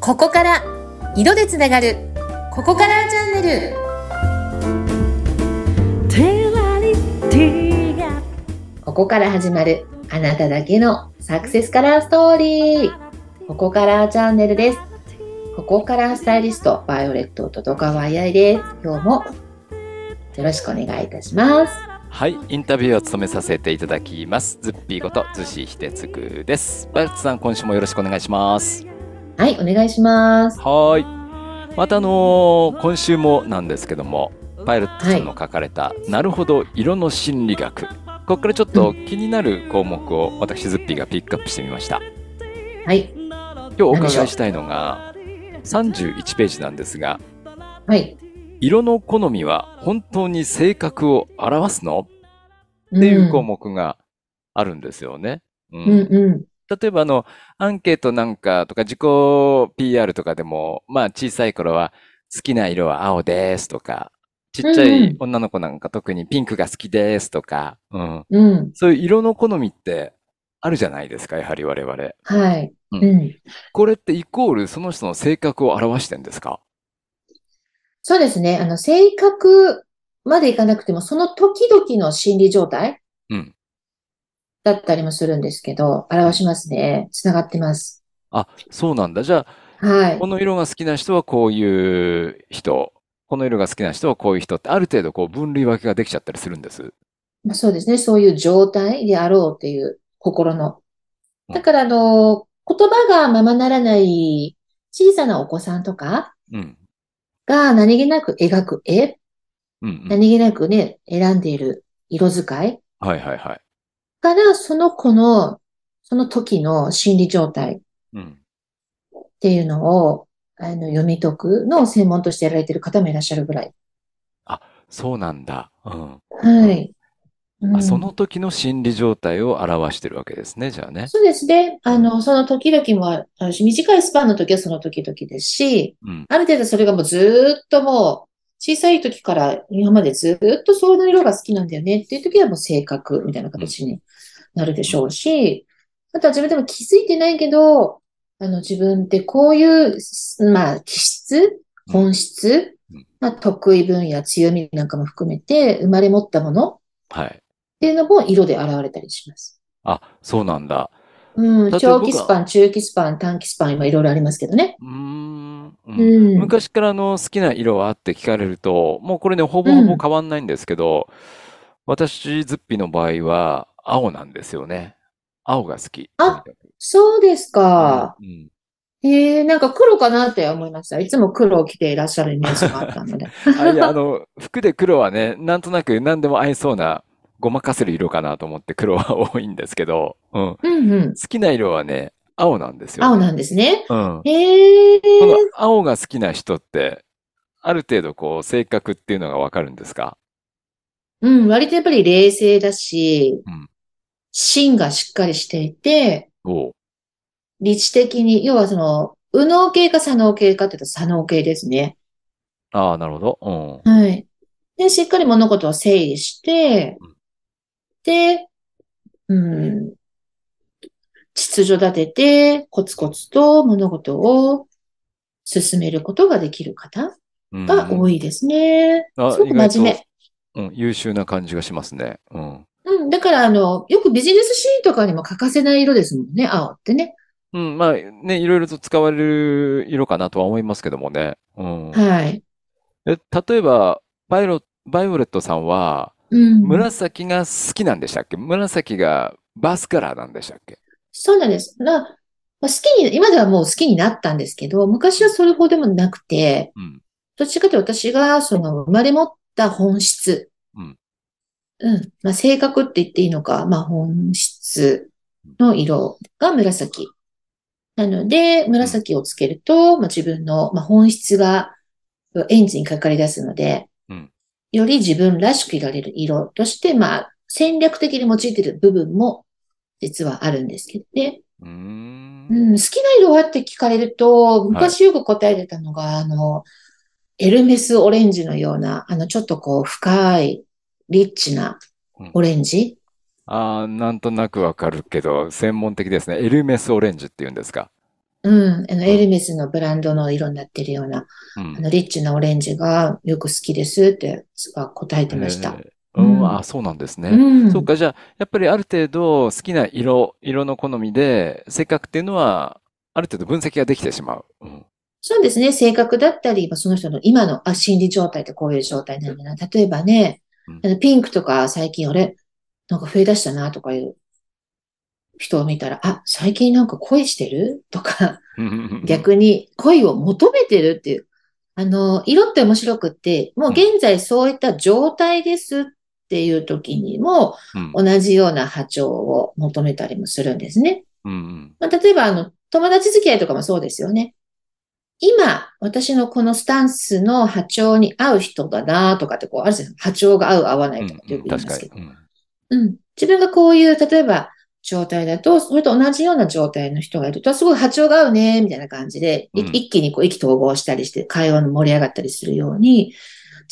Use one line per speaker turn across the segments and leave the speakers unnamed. ここから色でつながるここからチャンネル
テラリティが
ここから始まるあなただけのサクセスカラーストーリーここからチャンネルですここからスタイリストバイオレットと川あいです今日もよろしくお願いいたします
はい、インタビューを務めさせていただきます。ズッピーこと、ズシヒテツクです。バルツさん、今週もよろしくお願いします。
はいお願いします
はーい。また、あのー今週もなんですけども、パイロットさんの書かれた、なるほど、色の心理学。ここからちょっと気になる項目を私、ズッピーがピックアップしてみました。
はい
今日お伺いしたいのが、31ページなんですが、
はい
色の好みは本当に性格を表す
っ
のっていう項目があるんですよね。うん
うんう
例えばあの、アンケートなんかとか自己 PR とかでも、まあ小さい頃は好きな色は青ですとか、ちっちゃ
うんうん
い女の子なんか特にピンクが好きですとか、うん。
んうん
そういう色の好みってあるじゃないですか、やはり我々。
はい、
うん
うん
これってイコールその人の性格を表してんですか
そうですね。あの、性格までいかなくても、その時々の心理状態
うん
だったりもするんですけど、表しますね。つながってます。
あ、そうなんだ。じゃあ、
はい
こ。の色が好きな人はこういう人、この色が好きな人はこういう人ってある程度こう分類分けができちゃったりするんです。
まあそうですね。そういう状態であろうっていう心の。
うん
だから、あの、言葉がままならない小さなお子さんとか
うん。
が何気なく描く絵、
うんうん。
何気なくね、選んでいる色使い
はいはいはい。
から、その子の、その時の心理状態
うん。
っていうのを、あの、読み解くのを専門としてやられてる方もいらっしゃるぐらい。
そうなんだ。うん。
はい。うん
あ、その時の心理状態を表してるわけですね、じゃあね。
そうですね。あの、その時々もあるし、短いスパンの時はその時々ですし、
うん。
ある程度それがもうずーっともう、小さい時から今までずーっとそういう色が好きなんだよねっていう時はもう性格みたいな形になるでしょうし、あとは自分でも気づいてないけど、あの自分ってこういう、まあ、気質、本質
うん、
まあ、得意分野、強みなんかも含めて生まれ持ったものっ
はい。
ていうのも色で現れたりします。
あ、そうなんだ。
うん、
例えば
長期スパン、中期スパン、短期スパン、今いろいろありますけどね。
うーん。う
うんん。
昔からあの好きな色はって聞かれると、もうこれね、ほぼほぼ変わんないんですけど、私、ズッピーの場合は、青なんですよね。青が好き。
あそうですか。
うんうん
えー、なんか黒かなって思いました。いつも黒を着ていらっしゃるイメージがあったの で。
あ、いや、あの、服で黒はね、なんとなく何でも合いそうな、ごまかせる色かなと思って黒は多いんですけど、うん。好
うんうん。
きな色はね、青なんですよ
青
ね。
なんですね。
うん。
えー、
この青が好きな人って、ある程度こう、性格っていうのがわかるんですか
うん、割とやっぱり冷静だし
うん、
芯がしっかりしていて、
おう。
理知的に、要はその、右脳系か左脳系かって言うと左脳系ですね。
ああ、なるほど。うん。
はい。で、しっかり物事を整理して
うん、
で、うん、秩序立てて、コツコツと物事を進めることができる方
うん
が多いですね。
あ
すごく真面
目。うん、優秀な感じがしますね。うん。
目。うん、だから、あの、よくビジネスシーンとかにも欠かせない色ですもんね、青ってね。
うん、まあね、いろいろと使われる色かなとは思いますけどもね。うん。
はい。
え、例えば、バイロ、バイオレットさんは、
うん。
紫が好きなんでしたっけ紫がバスカラーなんでしたっけ
そうなんです。な、まあ、好きに、今ではもう好きになったんですけど、昔はそれほどでもなくて、
うん。
どっちかというと私がその生まれ持った本質。
うん。
うん。まあ、性格って言っていいのか、まあ、本質の色が紫。なので、紫をつけると、まあ、自分の、まあ、本質がエンジンにかかり出すので、
うん
より自分らしくいられる色として、まあ、戦略的に用いている部分も実はあるんですけどね。
うーん。
うん、好きな色はって聞かれると、昔よく答えてたのが、あの、エルメスオレンジのような、あの、ちょっとこう、深い、リッチなオレンジ。
ああ、なんとなくわかるけど、専門的ですね。エルメスオレンジっていうんですか。
うん、あの、エルメスのブランドの色になってるような、
うん
あの、リッチなオレンジがよく好きですって、答えてました。
えーうん
うん
あ、そうなんです
う
ね。
ん。
そうか、じゃあ、やっぱりある程度好きな色、色の好みで、性格っていうのは、ある程度分析ができてしまう。うん
そうですね。性格だったり、まあその人の今のあ心理状態ってこういう状態なんだな。例えばね
うん、
あのピンクとか最近俺、なんか増え出したなとかいう人を見たら、あ、最近なんか恋してるとか、逆に恋を求めてるっていう。あの、色って面白くって、もう現在そういった状態ですっていう時にも
うん
同じような波長を求めたりもするんですね。
うん
まあ、例えば、あの、友達付き合いとかもそうですよね。今、私のこのスタンスの波長に合う人だなとかって、こう、あるじゃない波長が合う、合わな
う
い
ん
とかってよく言い
確
ま
か
すけ
に。
ど。
うん
うん。自分がこういう、例えば、状態だと、それと同じような状態の人がいると、すごい波長が合うね、みたいな感じで、い
うん
一気にこう、意気投合したりして、会話の盛り上がったりするように、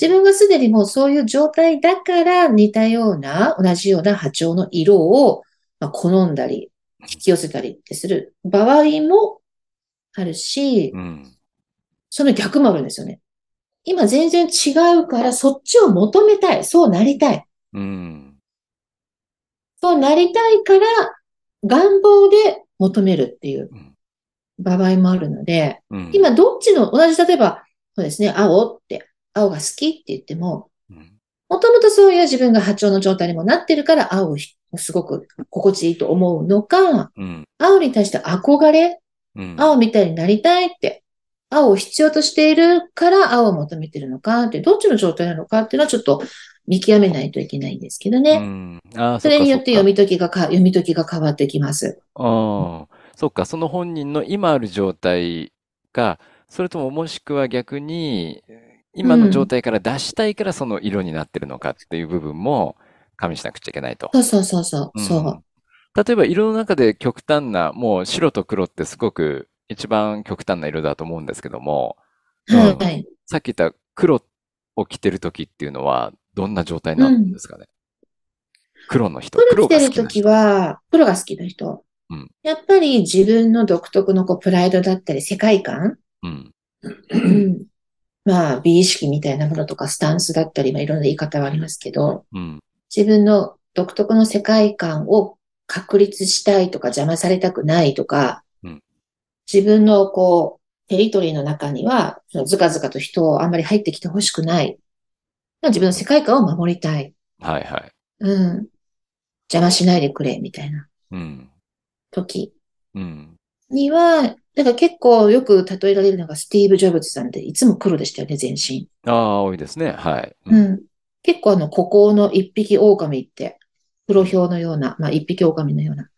自分がすでにもうそういう状態だから、似たような、同じような波長の色を、まあ、好んだり、引き寄せたりってする場合もあるし
う、ん
その逆もあるんですよね。今全然違うから、そっちを求めたい。そうなりたい。
うん
そうなりたいから、願望で求めるっていう
うん
場合もあるので、
うん
今どっちの、同じ、例えば、そうですね、青って、青が好きって言っても、
うん
もともとそういう自分が波長の状態にもなってるから、青をひすごく心地いいと思うのか、
うん
青に対して憧れ、
うん
青みたいになりたいって、青を必要としているから青を求めてるのかって、どっちの状態なのかっていうのはちょっと見極めないといけないんですけどね。
うんあー
それによって
そ
読
っか
み解きがか、読み解きが変わってきます。
ああ、そっか、その本人の今ある状態か、それとももしくは逆に、今の状態から出したいからその色になってるのかっていう部分も加味しなくちゃいけないと。
そうそうそうそう。
うん
そう。
例えば色の中で極端な、もう白と黒ってすごく一番極端な色だと思うんですけども、うん
はい。
さっき言った黒を着てる時っていうのはどんな状態なんですかね。黒の人、
黒着て
黒が
る
好きな
時
人。
は、黒が好きな人
うん。
やっぱり自分の独特のこうプライドだったり世界 観、
うん。
まあ美意識みたいなものとかスタンスだったり、まあいろんな言い方はありますけど、
うん。
自分の独特の世界観を確立したいとか邪魔されたくないとか、
うん
自分のこう、テリトリーの中には、そのずかずかと人をあんまり入ってきてほしくない。まあ自分の世界観を守りたい。
はいはい。
うん。邪魔しないでくれ、みたいな
うん。
時
うん。
には、だから結構よく例えられるのがスティーブ・ジョブズさんで、いつも黒でしたよね、全身。
ああ、多いですね。はい。
う
う。
んん。結構あの、孤高の一匹狼って、黒豹のような、まあ一匹狼のような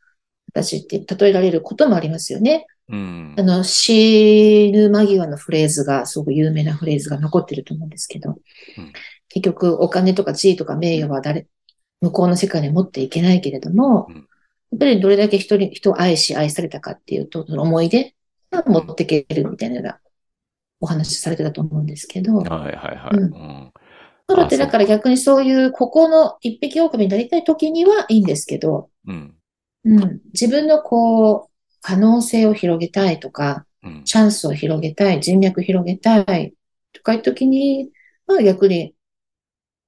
形って例えられることもありますよね。
うん
あ。の、死ぬ間際のフレーズが、すごく有名なフレーズが残ってると思うんですけど
うん、
結局お金とか地位とか名誉は誰、向こうの世界に持っていけないけれども
うん、
やっぱりどれだけ人に、人を愛し愛されたかっていうと、その思い出が持っていけるみたいなようなお話されてたと思うんですけど、
はいはいは
う
い。
ん
うん。
プロってだから
あそう
逆にそういう、ここの一匹狼になりたい時にはいいんですけど、
うん。
うん、自分のこう、可能性を広げたいとか、
うん。
チャンスを広げたい、人脈広げたいとかいう時には逆に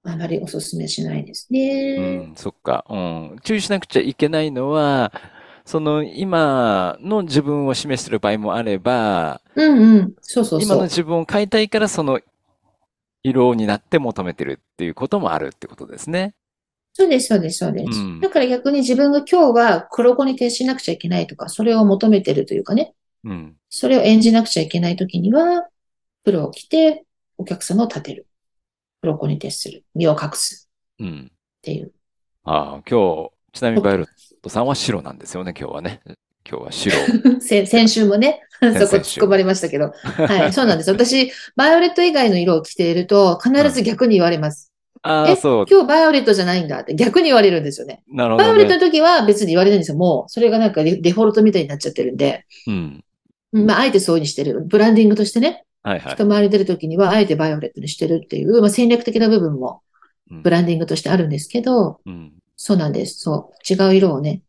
あまりお勧めしないです
う
ね。
ん、そっか。うん。注意しなくちゃいけないのは、その今の自分を示してる場合もあれば、
うんうん。そうそう
今
そ
の
う。
自分を変えたいからその色になって求めてるっていうこともあるってことですね。
そうです、そうです、そうです
うん。
だから逆に自分が今日は黒子に徹しなくちゃいけないとか、それを求めてるというかね、
うん。
それを演じなくちゃいけないときには、黒を着て、お客様を立てる。黒子に徹する。身を隠す。
うん。
っていう。
ああ、今日、ちなみにバイオレットさんは白なんですよね、今日はね。今日 は白。
先先週もね、そ
々週
こ突っ込まれましたけど。はい、そう なんです。私、バイオレット以外の色を着ていると、必ず逆に言われます。
ああ、
え
そう。
今日バイオレットじゃないんだって逆に言われるんですよね。
なるほ
バイ
ど
オレッ
ね
トの時は別に言われないんですよ。もう、それがなんかデデフォルトみたいになっちゃってるんで。
うん。
まあ、あえてそうにしてる。ブランディングとしてね、
はいはい。
人前に出るときには、あえてバイオレットにしてるっていう、まあ、戦略的な部分も
うん
ブランディングとしてあるんですけど、
うん。
そうなんです。そう。違う色をね、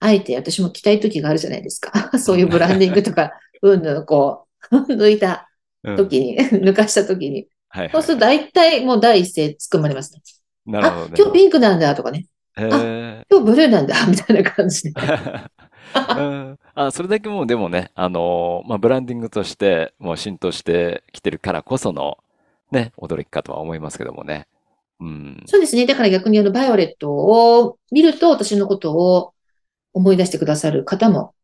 あえて私も着たい時があるじゃないですか。 そういうブランディングとか、うんぬんこう、 抜いた
うん
時に、抜かした時に。
はいはい
そうすると大体もう第一声突っ込まれますね。
なる
あ
ほど、ね。
今日ピンクなんだとかね。
へ
今日ブルーなんだ みたいな感じで。
ーうんあ、それだけもうでもね、あのーまあ、ブランディングとしてもう浸透してきてるからこその、ね、驚きかとは思いますけどもね。うん。
そうですね。だから逆にあの、バイオレットを見ると私のことを思い出してくださる方も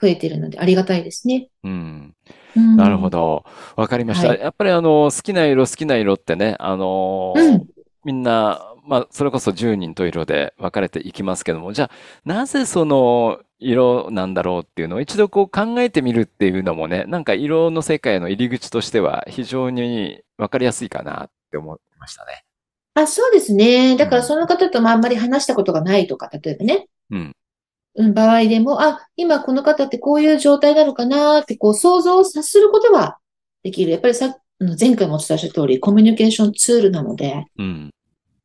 増えてるのでありがたいですね。
うん。
うん
なるほ。ど。わかりました。
はい
やっぱりあの、好きな色、好きな色ってね、あのー
うん
みんな、まあ、それこそ10人と色で分かれていきますけども、じゃあ、なぜその色なんだろうっていうのを一度こう考えてみるっていうのもね、なんか色の世界の入り口としては非常に分かりやすいかなって思いましたね。
あ、そうですね。だからその方ともあんまり話したことがないとか、例えばね。
うん。
うん、場合でも、あ、今この方ってこういう状態なのかなって、こう想像を察することはできる。やっぱりさ、あの前回もお伝えした通り、コミュニケーションツールなので、
うん。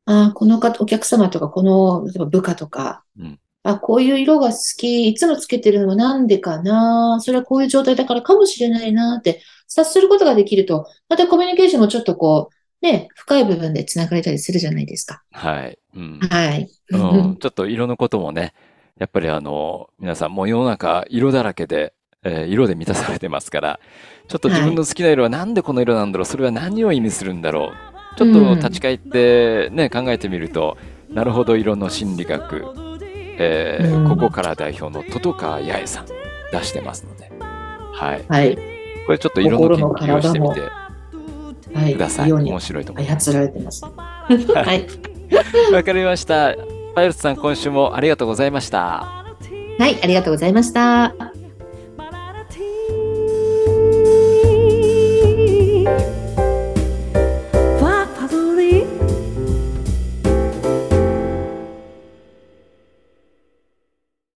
あ、この方、お客様とか、この、例えば部下とか
うん、
あ、こういう色が好き、いつもつけてるのはなんでかな、それはこういう状態だからかもしれないなって、察することができると、またコミュニケーションもちょっとこう、ね、深い部分で繋がれたりするじゃないですか。
はい。 うん。
はい。
うん、ちょっと色のこともね、やっぱりあの、皆さんもう世の中色だらけで、えー色で満たされてますから、ちょっと自分の好きな色はなんでこの色なんだろう、それは何を意味するんだろう。ちょっと立ち返ってね、考えてみると、なるほど色の心理学、えー
うん
ここから代表の戸川八重さん出してますので、はい。
はい。
これちょっと色の研究をしてみて
はい。
ください。
世に
面白いと思
開
いま
発
す。
られてます。 はい。
わかりました。パイロットさん、今週もありがとうございました。
はい、ありがとうございました。